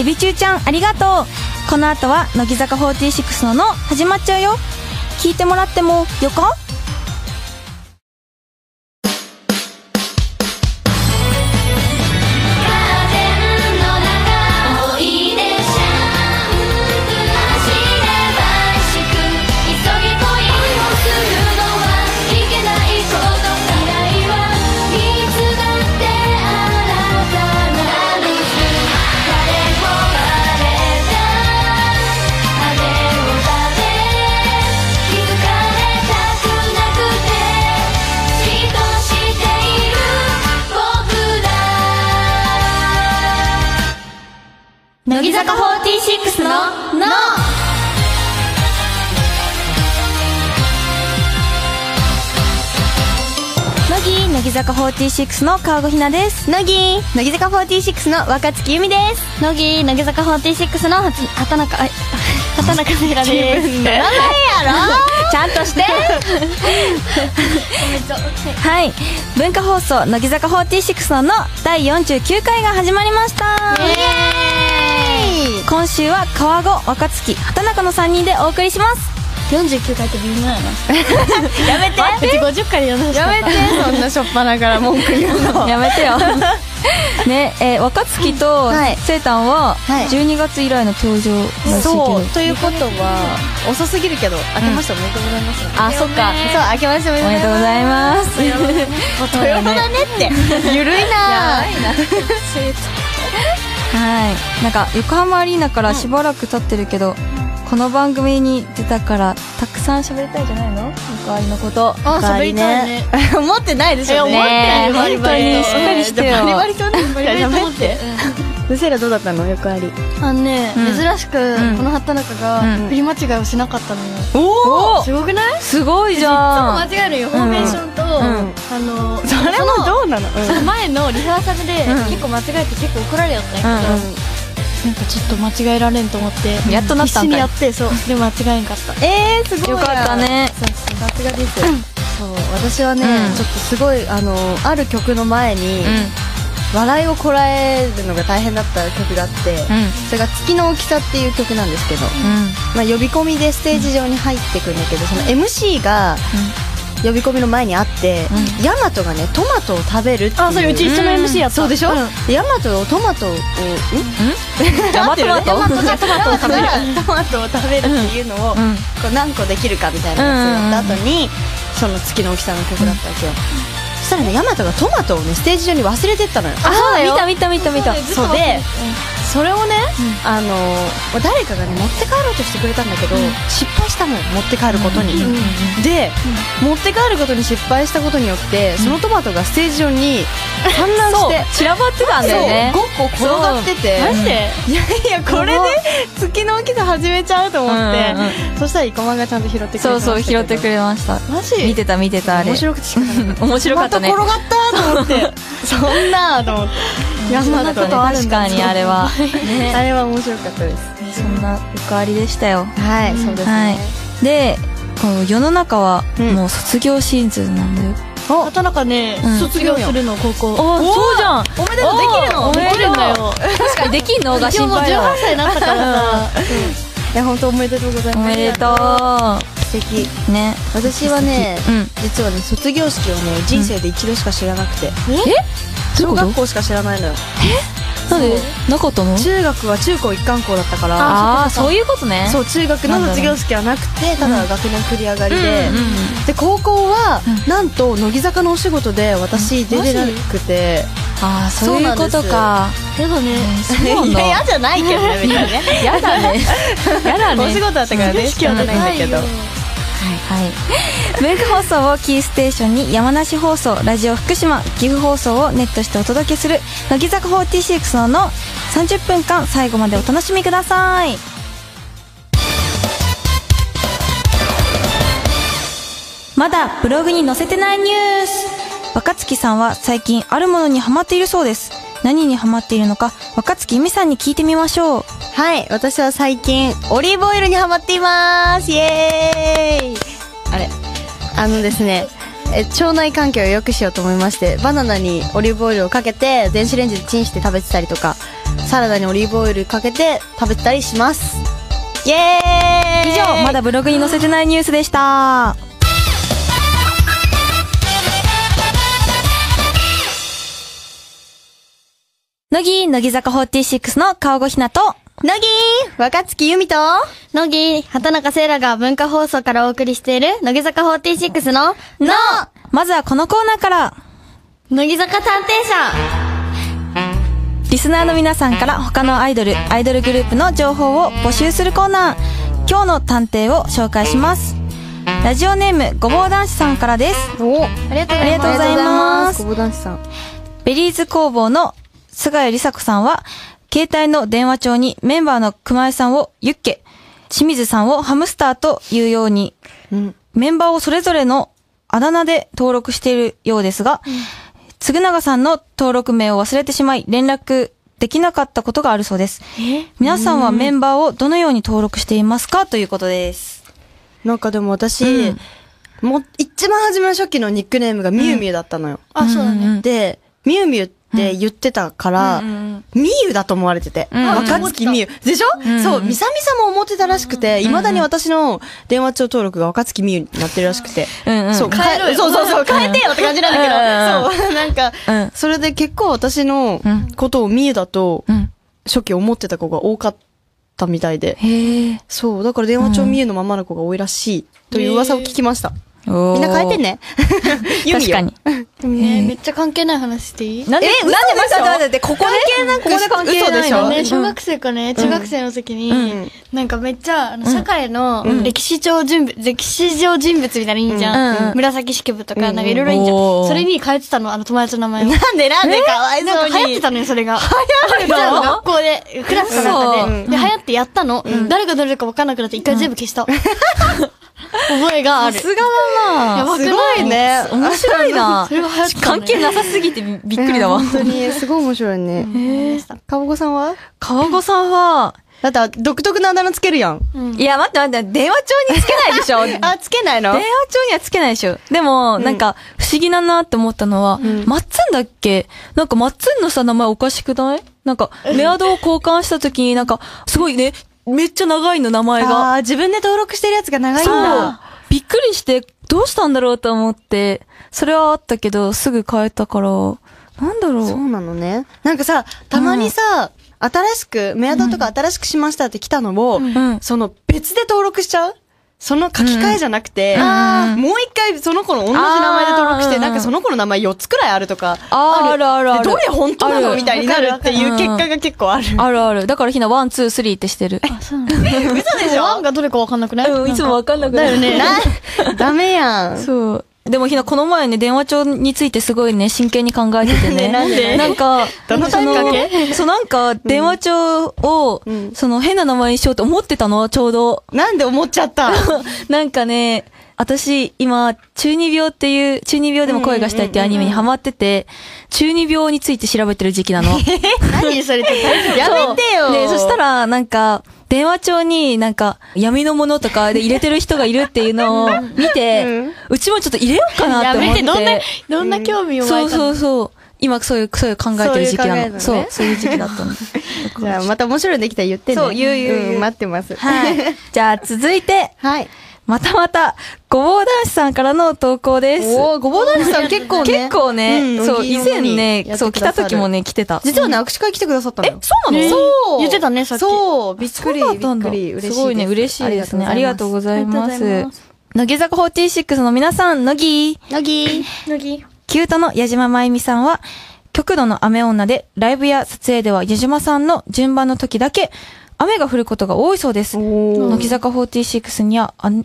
エビチューちゃんありがとうこの後は乃木坂46のの始まっちゃうよ聞いてもらってもよか乃木坂46の「の」乃木乃木坂46の川越ひなです乃木乃木坂46の若月由美です乃木乃木坂46の畑中畑中せいらですやろ ちゃんとしてはい文化放送乃木坂46のの第49回が始まりましたイエーイ今週は川越若月畑中の3人でお送りします49回って微妙やな やめてうち50回で読んだやめてそんなしょっぱなから文句言うのやめてよ ねえー若月とはいせいたんははい12月以来の登場らしいけど、そうということは遅すぎるけど明けましておめでとうございます、あそっかそう明けましておめおめででととううごございざいますますトヨだねってゆるいなぁはいなんか横浜アリーナからしばらく経ってるけど、この番組に出たからたくさん喋りたいじゃないの横アリのことあ喋りたいね思ってないでしょうねねえ本当にしっかりしてよバリバリとねバリバリと思ってうせらどうだったのよくありあのね、うん珍しくんこの畑中うんが振り間違いをしなかったのよ、おおすごくないすごいじ間ゃん違えるよフォーメーションと、あのそあれもどうなの、の前のリハーサルでうん結構間違えて結構怒られよったんやけど、うんうんなんかちょっと間違えられんと思ってやっとなったんか必死にいやってそうでも間違えんかったえーすごいよかったねさすがですそう私はね、うんちょっとすごいあのある曲の前に、う笑いをこらえるのが大変だった曲があって、んうんそれが「月の大きさ」っていう曲なんですけど、まあ、呼び込みでステージ上に入ってくるんだけどその MC が呼び込みの前にあって、うヤマトがねトマトを食べるっていうあそれうち一緒のうん MC やった、そうでしょ、んでヤマトをトマトをんヤマトマトヤマトがトマトを食べるトマトを食べるっていうのを、うんこう何個できるかみたいなやつをやった後に、その月の大きさの曲だったわけよ、そしたらねヤマトがトマトをねステージ上に忘れてったのよあ見た見た見た見たそうで、それをね、あのー誰かがね持って帰ろうとしてくれたんだけど、失敗したのよ持って帰ることに、で、持って帰ることに失敗したことによってそのトマトがステージ上に散乱しそうて、散らばってたんだよねそう5個転がっててマジで、いやいやこれで月の大きさ始めちゃうと思って、うんそしたら生駒がちゃんと拾ってくれそうそう拾ってくれれましたマジ見てた見てたあれ面白くてしかない 面白かったねまた転がったと思って そんなと思ってやまそうね確かにあれはあれは面白かったでそすんなおかわりでしたよはい、そうですね、はいでこう世の中はうんもう卒業シーズンなんだよ畑中ね、うん卒業するの高校あそうじゃんおめでとうできるのおめででとうきるんだよ確かにできんのが今心日もう配18だ歳になったからさいや本当おめでとうございおますめでとう素敵うね私はねうん実はね卒業式をね人生で一度しか知らなくて、小学校しか知らないのよなんでなかったの中学は中高一貫校だったからああそういうことねそう中学の卒業式はなくてただ学年繰り上がりで、で高校は、うなんと乃木坂のお仕事で私出てなくて、ああそういうことそうかやだねそうなんだじゃ ないけどね別に ねやだ ねやだねお仕事だった からねうん式は出ないんだけど、はい、文化放送をキーステーションに山梨放送ラジオ福島岐阜放送をネットしてお届けする乃木坂46のの30分間最後までお楽しみくださいまだブログに載せてないニュース若月さんは最近あるものにハマっているそうです何にハマっているのか若月由美さんに聞いてみましょうはい私は最近オリーブオイルにハマっていますイエーイあれあのですねえ腸内環境を良くしようと思いましてバナナにオリーブオイルをかけて電子レンジでチンして食べてたりとかサラダにオリーブオイルかけて食べたりしますイエーイ以上、まだブログに載せてないニュースでした。乃木、乃木坂46の顔ごひなと、乃木若月由美と乃木、畑中聖羅が文化放送からお送りしている、乃木坂46の、のまずはこのコーナーから、乃木坂探偵社リスナーの皆さんから他のアイドル、アイドルグループの情報を募集するコーナー、今日の探偵を紹介します。ラジオネーム、ごぼう男子さんからです。おあありがとうございます。ごぼう男子さんベリーズ工房の菅谷梨紗子さんは、携帯の電話帳にメンバーの熊井さんをユッケ、清水さんをハムスターというように、うんメンバーをそれぞれのあだ名で登録しているようですが、嗣永さんの登録名を忘れてしまい、連絡できなかったことがあるそうです。皆さんはメンバーをどのように登録していますかということです。なんかでも私、うんもう一番初めの初期のニックネームがミュウミュウだったのよ、あ、そうだね。ね。でミュウミュウって言ってたから、ミユだと思われてて。うん若月ミユ。でしょ、んそう、ミサミサも思ってたらしくて、未だに私の電話帳登録が若月ミユになってるらしくて。うんうんそう、変えろよ。そうそうそう、変えてよって感じなんだけど。そう、なんか、うんそれで結構私のうんことをミユだと、うん。初期思ってた子が多かったみたいで。へえ。そう、だから電話帳ミユのままの子が多いらしい、という噂を聞きました。みみんな変え て。ね。ユミ確よかに。。ねめっちゃ関係ない話していいなんで、なんで待って待って待って、ここだけなんかここで関係ないの嘘でしょね、小学生かね、中学生の時に、うんなんかめっちゃ、あの、社会の歴史上人物、歴史上人物みたいなのいいじゃん。うんうん紫式部とか、うんなんかいろいろいいじゃん。おーそれに変えてたの、あの友達の名前を。なんでなんでかわいなそうんに。か流行ってたのよ、それが。流行ってたの学校で、クラスの中嘘で。で、流行ってやったの。誰がどれか分かんなくなって、一回全部消した。覚えがある。すがだやばくすなごいね。面白いなそ。れが流行ってたの関よ係なさすぎてびっくりだわ本。当に、すごい面白いね。かぼこさんは川子さんは、だって、独特なあだ名つけるやん。いや、待って待って、電話帳につけないでしょ。 電話あ、つけないの帳にはつけないでしょ。でも、なんか、不思議だなって思ったのは、マッツンだっけなんか、マッツンのさ、名前おかしくないなんか、メアドを交換した時になんか、すごいね、めっちゃ長いの、名前が。あー自分で登録してるやつが長いんそうだ。。びっくりして、どうしたんだろうと思って、それはあったけど、すぐ変えたから、なんだろう。そうなのね。なんかさ、たまにさ、新しく、メアドとか新しくしましたって来たのを、んその別で登録しちゃうその書き換えじゃなくて、うんあーもう一回その子の同じ名前で登録しあて、ーなんかその子の名前4つくらいあるとか、あーあるあるあるでどれ本当なあのるみたいになるっていう結果が結構ある。あるある。だからひな、ワン、ツー、スリーってしてる。嘘でしワンょがどれか分かんなくないうん、いつもわかんなくなだるよ。ね。 ダメやん。そう。でもひな、この前ね、電話帳についてすごいね、真剣に考えてて ね。なんでなんか、どのタイミングだそう、なんか、電話帳を、うんその、変な名前にしようと思ってたの、ちょうど。なんで思っちゃった なんかね、私、今、中二病っていう、中二病でも声がしたいっていうアニメにハマってて、中二病について調べてる時期なの。何それってやめてよ。で、そしたら、なんか、電話帳になんか、闇のものとかで入れてる人がいるっていうのを見て、ううんちもちょっと入れようかなって思って。やめて、どんな、どんな興味を湧そいうたそのうそう。今、そういう、そういう考えてる時期なの。そうそいう考えなのうね、そういう時期だったの。じゃあ、また面白いのできたら言ってね。そう言う言う言うん待ってます。はい。じゃあ、続いて、 はい。またまた、ごぼう男子さんからの投稿です。おー、ごぼう男子さん結構ね。結構ね、うんそう、いい以よ前やね、ってそう、く来だたさる時もね、来てた。実はね、握手会来てくださったのえ、よ。そうなのねそう言ってたねさっきそう、びっくり、そうだびったっんだくり、嬉しい。すごいね、嬉しいですね。ありがとうござざいいまありがとうございすま。乃木坂46の皆さん、乃木。ます。乃木。乃木キュートの矢島まゆみさんは、極度の雨女で、ライブや撮影では矢島さんの順番の時だけ、雨が降ることが多いそうです。お乃木坂46には、あん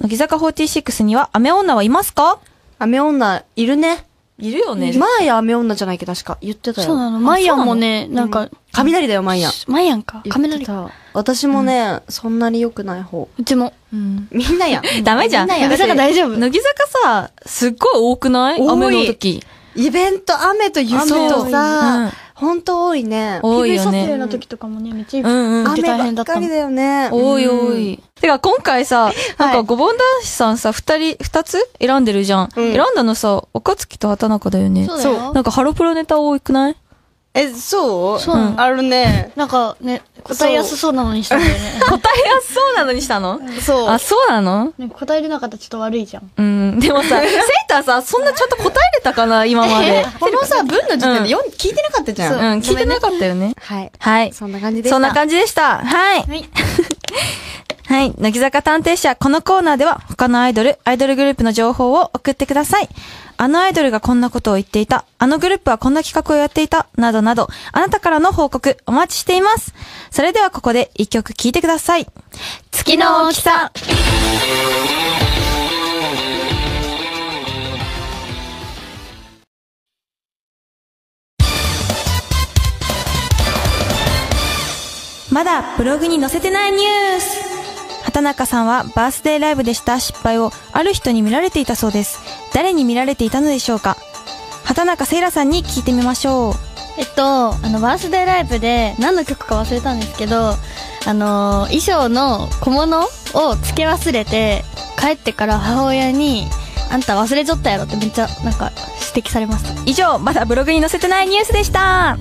乃木坂46には雨女はいますか雨女、いるね。いるよ前や雨女じゃないっけ、確か。言ってたよ。そうなの。マイヤンもね、なんか、雷だよ、前や。マイヤンか。雷か。か。私もね、そんなに良くない方。うちも。うんみんなや。ダメじゃん。みんなやだってだから大丈夫乃木坂さ、すっごい多くない多い雨の時。イベント、雨と雪と雨多いうんさ、ほんと多いね。多いよ PV 撮影ね。の時とかもね、めっちゃいっぱいうんうん。雨雨大ば変だっったかもんりだよね。多い多い。てか今回さ、なんかごぼん男子さんさ、二人、二つ選んでるじゃん。うん選んだのさ、若月と畑中だよね。そうだよなんかハロプロネタ多くないええ、そうそうなのあるね。なんかね、答えやすそうなのにしたんだよ ね。答えやすそうなのにしたのそう。あ、そうなのね答えれなかったらちょっと悪いじゃん。うん。でも さ、セイターさ、そんなちゃんと答えれたかな今ま で。このさ、文の時点で読ん聞いてなかったじゃ。、うん聞いてなかったよね。はい。はい。そんな感じでした。そんな感じでした。はい。はい。はい。乃木坂探偵社、このコーナーでは他のアイドル、アイドルグループの情報を送ってください。あのアイドルがこんなことを言っていた、あのグループはこんな企画をやっていた、などなど、あなたからの報告お待ちしています。それではここで一曲聴いてください。月の大きさ。まだブログに載せてないニュース畑中さんはバースデーライブでした失敗をある人に見られていたそうです。誰に見られていたのでしょうか畑中セイラさんに聞いてみましょう。えっと、あの、バースデーライブで何の曲か忘れたんですけど、あのー、衣装の小物を付け忘れて、帰ってから母親に、あんた忘れちゃったやろってめっちゃ、なんか、指摘されました。以上、まだブログに載せてないニュースでした。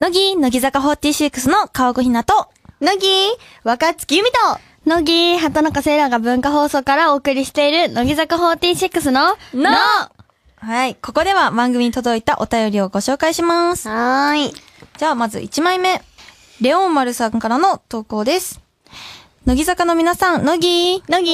乃木、乃木坂46の川越ひなと、乃木、若月由美と、乃木、畑中セイラが文化放送からお送りしている、乃木坂46の、のはい、ここでは番組に届いたお便りをご紹介します。はーい。じゃあまず1枚目。レオン丸さんからの投稿です。乃木坂の皆さん、乃木乃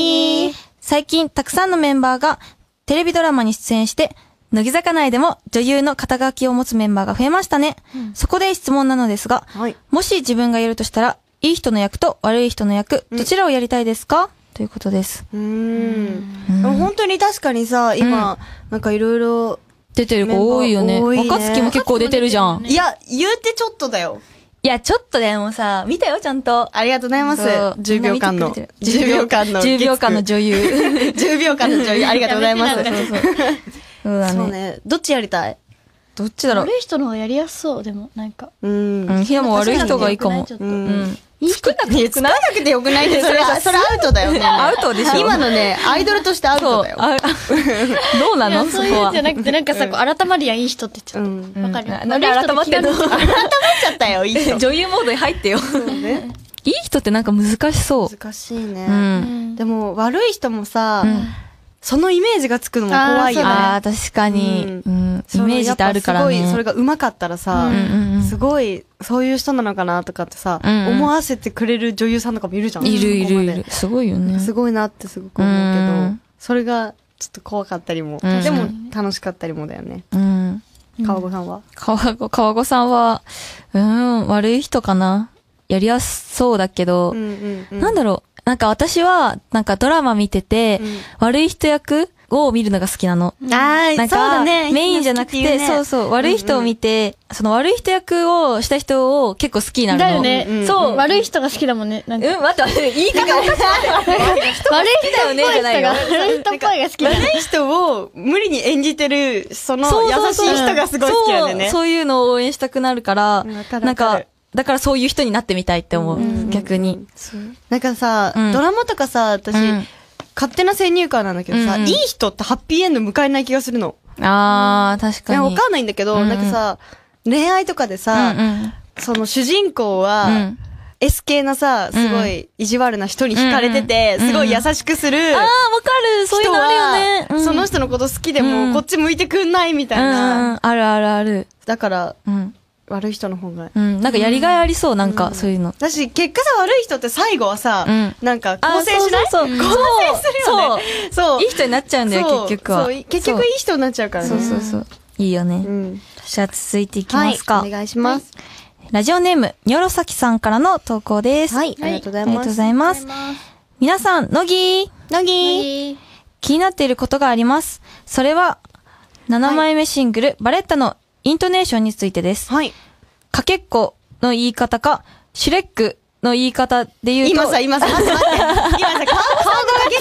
木、最近たくさんのメンバーがテレビドラマに出演して、乃木坂内でも女優の肩書きを持つメンバーが増えましたね。そこで質問なのですが、はいもし自分がやるとしたら、いい人の役と悪い人の役、どちらをやりたいですか、ということです。うーん。でも本当に確かにさ、今、なんかいろいろ、出てる子多いよね若月も結構出てるじゃんいや、言うてちょっとだよ。いや、ちょっとでもさ、見たよ、ちゃんと。ありがとうございます。そう10秒間の。みんな見てくれて10る秒間の。 10秒間の女優。 10秒間の女優、ありがとうございます。そうだそね。うね。どっちやりたいどっちだろう悪。い人の方がやりやすそう、でも、なんか。うんうん、ひなも悪い人がいいかも。確うに良くないちょっとうん。作んなくてよくない作んなくてよくないね。それ、それアウトだよね。アウトでしょ今のね、アイドルとしてアウそトうだ。よ。あ どうないやのそそうこいうんはじゃ。なくて、なんかさ、こう改まりやいい人って言っちゃん。った。わかる。なんで改まってんの悪い人改まっちゃったよ、い い人。 女優モードに入ってよ。ねいい人ってなんか難しそう。難しいうね。ん。でも、悪い人もさうん、そのイメージがつくのも怖いよね。ああ、確かに。ううん。イそのメージってあるからやっぱすごい、そね。れが上手かったらさうんうんうん、すごい、そういう人なのかなとかってさ、うんうん思わせてくれる女優さんとかもいるじゃん。いるいここるまいでる。すごいよね。すごいなってすごく思ううけどん、それがちょっと怖かったりも、うんでも楽しかったりもだよね。うん。川子さんは。川子、川子さんは、うん、悪い人かな。やりやすそうだけど、なんだろう。なんか私は、なんかドラマ見てて、うん悪い人役を見るのが好きなの。あー、なんそうだか、ね。メインじゃなくて、そうそそう、悪い人を見て、その悪い人役をした人を結構好きになるの。だよね。そう。悪い人が好きだもんね。なんか、うん、待って待って、言い方おか しい。悪い人だよね、じゃないよ。悪い人っぽいが好きだね。悪い人を無理に演じてる、その優しい人がすごい好きなんだよね。そう、そういうのを応援したくなるから、うんわかるなんわかかる、だからそういう人になってみたいって思う。逆に。なんかさ、うんドラマとかさ、私、うん勝手な先入観なんだけどさ、うんうんいい人ってハッピーエンド迎えない気がするの。あー、確いかや、に。わかんないんだけど、うんうんなんかさ、恋愛とかでさ、うんうんその主人公は、うん S 系のさ、すごい意地悪な人に惹かれてて、うんうんすごい優しくするあー、わかるそういう人のあるよはね。、うんその人のこと好きでも、うんこっち向いてくんないみたいうんな。うん、あるあるある。だから、うん。悪い人の方がうん。なんかやりがいありそう、なんか、そういうの。だし、結果さ、悪い人って最後はさ、うんなんか、あ更生しないそうそうそう更生するよね。そう。いい人になっちゃうんだそよ、う結局はそう。結局いい人になっちゃうからね。そうそうそう。いいよね。うん。じゃあ続いていきますか。お願いします。ラジオネーム、にょろさきさんからの投稿です。はいありがとうございますありがとうございます。皆さん、乃木乃木気になっていることがあります。それは、7枚目シングル、バレッタのイントネーションについてです。はい。かけっこの言い方か、シュレックの言い方で言うと。今さ、今さ、待って待って。今さ、川尾さんとかけ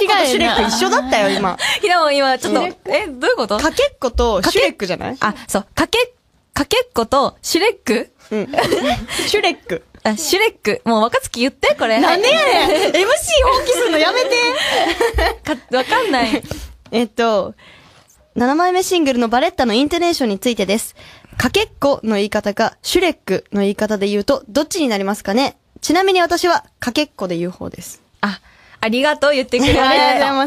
っことシュレック一緒だったよ、今。ひなも今、ちょっと、え、どういうことかけっことシュレックじゃないあ、そう、かけ、かけっこと、シュレックうん。シュレック。あシュレック。もう若月言って、これ。なんでや ねん !MC 放棄するのやめてかわかん ない。えっと、7枚目シングルのバレッタのインテネーションについてです。かけっこの言い方か、シュレックの言い方で言うと、どっちになりますかねちなみに私は、かけっこで言う方です。あ、ありがとう言ってくれて。ま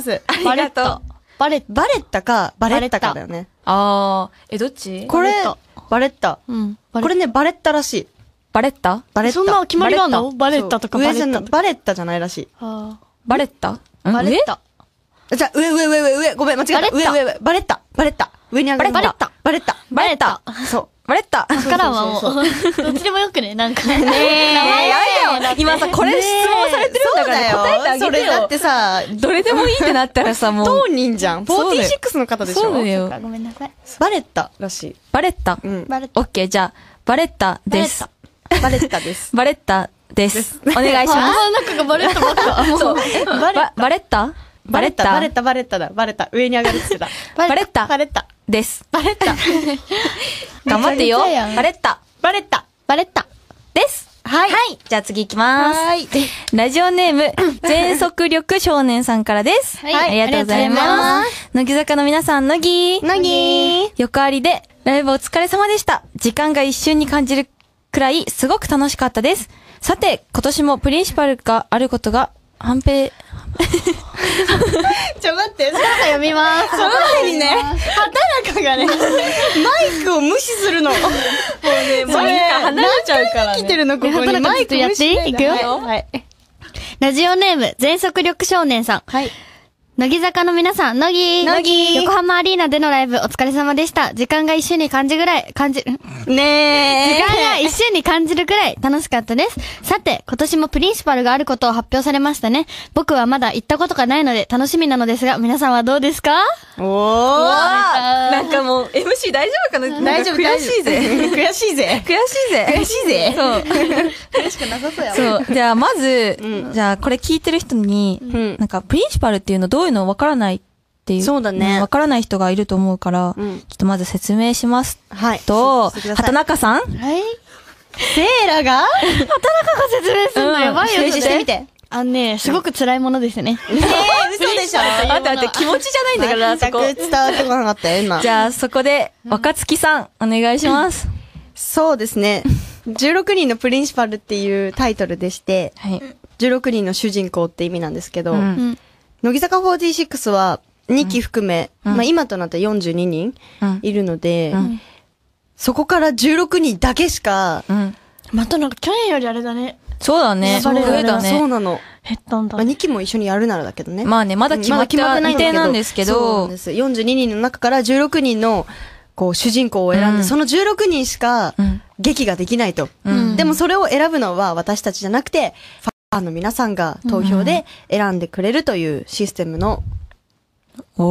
す。ありがとう。あバレッタ。 バレッタか、バレッタかだよね。あー、え、どっちこれ、バレッタ。うん。これね、バレッタらしい。バレッタバレッタ。そんな決まりがあるのバレそうッタとかバレ上じゃッなタバレッタじゃないらしあバレッターバレッタ。い。じゃあ、上、上、上、上、上、ごめん、間違えた。バレッ上、タ上、上、バレッタ。バレッタ。上に上がるバレッタ。バレッタ。バレッタそう。バレッタわからんわ、もう。 どっちでもよくね、なんか。ねえー、え、やめてよ 今さ、これ質問されてるんだから、答えてあげそてれだよっ。てさ、どれでもいいってなったら さ、もう当、人じゃん。そうだよ46の方でしょそうだよ。ごめんなさい。バレッタらしい。バレッタ。うん。バレッタ。オッケー、じゃあ、バレッタです。バレッタです。バレッタです。お願いし ます。あ、なんかがバレッタばっか。そう。えバレバレッタババレッレッタ、バレッタタ、バレッタだ。バレッタ。上に上がるって言ってた。バレッタバレッタ。です。バレッタ。 頑張ってよ。めちゃめちゃやんバレッタバレッタ。バレッタ。です。はい。はい。じゃあ次行きます。はい。ラジオネー ム、全速力少年さんからです。はいありがとうございありがとうございま。ます乃木坂の皆さん、乃木。なぎー。横ありで、ライブお疲れ様でした。時間が一瞬に感じるくらい、すごく楽しかったです。さて、今年もプリンシパルがあることが、判定、ちょ、待って。なんか読みます。その前にね、畑中がね、マイクを無視するの。もうね、マイク離れちゃうから。何回来てるのここに。ねマイク無視しないちょっとやっていいでくよはい。ラジオネーム、全速力少年さん。はい。乃木坂の皆さん、乃木乃木横浜アリーナでのライブお疲れ様でした。時間が一瞬に感じぐらい、感じ、ん時ねえ。間が一瞬に感じるくらい楽しかったです。さて、今年もプリンシパルがあることを発表されましたね。僕はまだ行ったことがないので楽しみなのですが、皆さんはどうですかおー。あなんかもう、MC 大丈夫かな大丈夫、悔しいぜ。。 悔しいぜ。悔しいぜ。悔しいぜ。そう。悔しくなさそうやそ う。じゃあ、まず、うじゃあ、これ聞いてる人に、んなんか、プリンシパルっていうのどういうのわからないっていう。そうだねんわからない人がいると思うから、うんちょっとまず説明しますはい。と、してください畑中さんはい。セーラが説明するうのんやばいよ、説明してみて。あのね、すごく辛いものですね。えー、嘘でしょあとあと気持ちじゃないんだから、そ全こく。伝わってこなかったよ、今。じゃあ、そこで、若月さん、お願いします。そうですね。16人のプリンシパルっていうタイトルでして、はい。 16人の主人公って意味なんですけど、うん乃木坂46は2期含め、うんまあ今となって42人うん。いるので、うんそこから16人だけしか、うん。またなんか去年よりあれだね、そうだね。増そうえたそうね。なの。減ったんだまあ、2期も一緒にやるならだけどね。まあね、まだ決まったない未定なんですけそうなんどで、す。42人の中から16人の、こう、主人公を選んで、うんその16人しかうん、劇ができないと。うんでもそれを選ぶのは私たちじゃなくて、ファンの皆さんが投票で選んでくれるというシステムの公演でお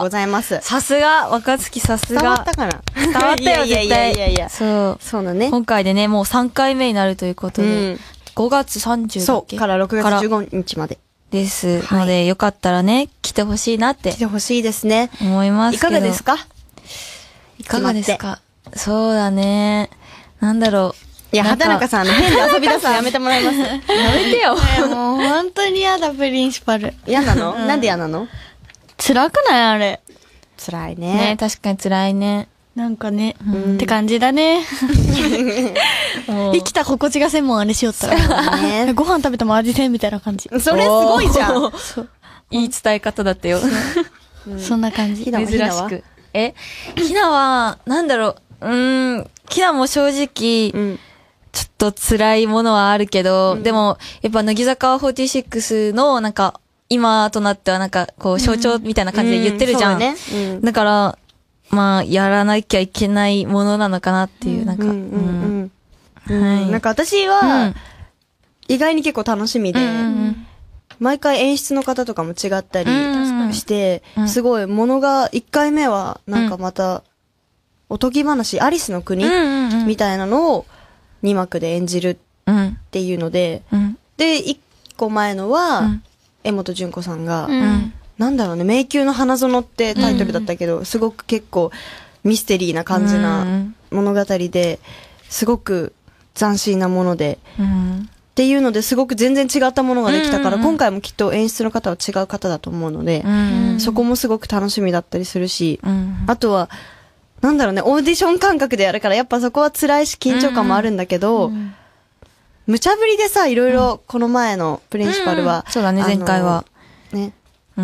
ごー。ざいます。さすが、若月さす伝わっがた。かな伝わったよ、いや絶いや対。いやいや。そう。そうだね。今回でね、もう3回目になるということうで、ん。 5月30だっそけう。から6月から15日まで。ですので、よかったらね、来てほしいなって来てほしいですね。思いますいけど。かがですかかいかがですかそうだね。なんだろう。いや、畑中ん。さん、あの変な遊び出 すのやめてもらいます。やめてよ。もう本当に嫌だ、プリンシパル。嫌なのなんで嫌なの辛くないあれ。辛いねね。確かに辛いね。なんかね、うんって感じだね。もう生きた心地がせんもん、あれしよったら。 ね。 ご飯食べても味せんみたいな感じ。それすごいじゃん。おーいい伝え方だった よ。そんな感じひ。なは珍しく。え、ひなは、なんだろう。うーん、ひなも正直、うん。ちょっと辛いものはあるけど、でも、やっぱ乃木坂46の、なんか、今となってはなんか、こう、象徴みたいな感じで言ってるじゃん。うんそうだねうんだから、まあ、やらなきゃいけないものなのかなっていう、なんか、ううんんうんうん。はいなんか私うんは、意外に結構楽しみで、うん毎回演出の方とかも違ったりうんしてう、んすごい、ものが、1回目は、なんかまた、おとぎ話、アリスの国うんうんうんみたいなのを2幕で演じるうん。っていうので、うん。で、1個前のうはん、江本純子さんがう、うんん。なんだろうね、迷宮の花園ってタイトルだったけど、すごく結構ミステリーな感じうなん物語で、すごく斬新なもので。うんっていうのですごく全然違ったものができたから、うんうんうん今回もきっと演出の方は違う方だと思うのでう、んそこもすごく楽しみだったりするし、うんあとは、なんだろうね、オーディション感覚でやるから、やっぱそこは辛いし緊張感もあるんだけど、無茶ぶりでさ、いろいろこの前のプリンシパルは、そうだねあの前回は。ね、うん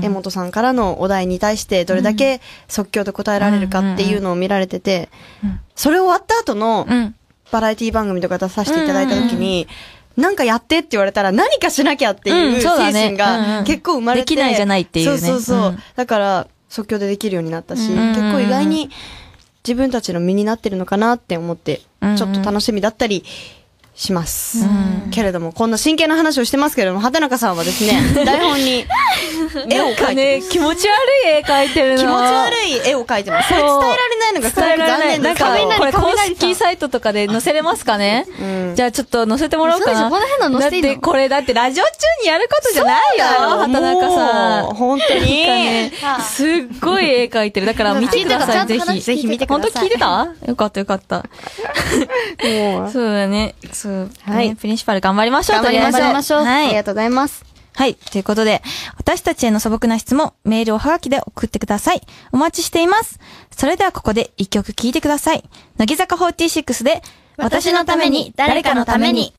江本さんからのお題に対してどれだけ即興で答えられるかっていうのを見られててうん、それ終わった後のうんバラエティ番組とか出させていただいた時に、なんかやってって言われたら何かしなきゃっていううん精そうだね神うんうがん結構生まれて、できないじゃないっていうねそうそうそう。うんだから即興でできるようになったし、うん結構意外に自分たちの身になってるのかなって思って、うんちょっと楽しみだったりしまうす。んけれども、こんな真剣な話をしてますけれども、畑中さんはです ね、台本に絵を描いてます。ね 気持ち悪い絵描いてるの気持ち悪い絵を描いてます。それそう伝えられないのがすごく伝えられ残ない。念なでんすけどか、これ公雷さん式サイトとかで載せれますかねうんじゃあちょっと載せてもらおうかな。そうでしょこの辺の載せていいのだってこれ、だってラジオ中にやることじゃないよ、畑中さん。もう本当に。なんかね、すっごい絵描いてる。だから見てください、ぜひ。ぜひ見てくださ本い当聞いてたよかったよかった。もうそうだね。そう。はいねプリンシパル頑張りましょう、頑張りましょとうりあえずはありいが。とうございます。はい。ということで、私たちへの素朴な質問、メールをはがきで送ってください。お待ちしています。それではここで一曲聴いてください。乃木坂46で、私のために誰かのために。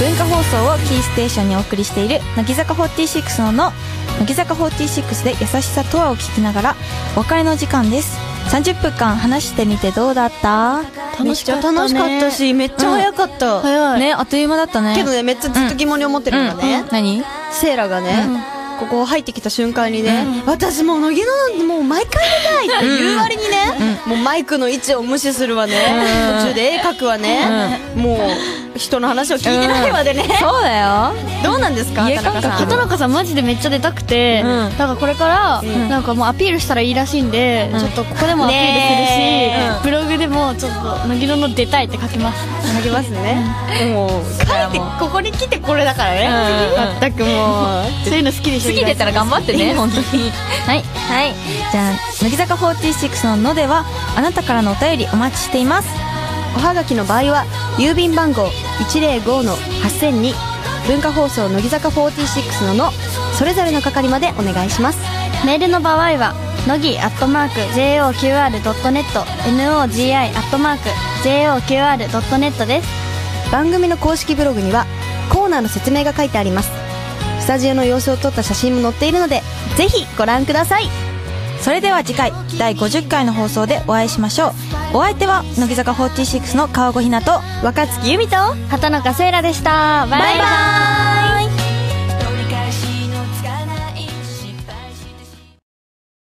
文化放送をキーステーションにお送りしている乃木坂46のの乃木坂46で優しさとはを聞きながらお別れの時間です30分間話してみてどうだった楽しかった。楽しかったし、めっちゃ早かった。早い。ねあっという間だったねけどね、めっちゃずっと疑問に思ってるのがねうん、何セイラがね、ここ入ってきた瞬間にね、私もう乃木のもう毎回出たいって言う割にね、もうマイクの位置を無視するわね、途中で絵描くわね、もう人の話を聞いてないわでね。そうだよどうなんですか、家田中さん。畑中さんマジでめっちゃ出たくて、うんなんかこれから、なんかもうアピールしたらいいらしいんで、ちょっとここでもアピールするし、ブログでもちょっと乃木のの出たいって書きますあげますね。もう、帰って、ここに来てこれだからね。全くもう。そういうの好きでしょ次出たら頑張って ね本当にはいはいじゃあ乃木坂46の「の」ではあなたからのお便りお待ちしていますおはがきの場合は郵便番号105-8002文化放送乃木坂46ののそれぞれの係までお願いしますメールの場合は、のぎアットマーク JOQR.net、NOGI アットマーク JOQR.net です。番組の公式ブログにはコーナーの説明が書いてありますスタジオの様子を撮った写真も載っているのでぜひご覧くださいそれでは次回第50回の放送でお会いしましょうお相手は乃木坂46の川越ひなと若月由美と畑中せいらでした。バイバイ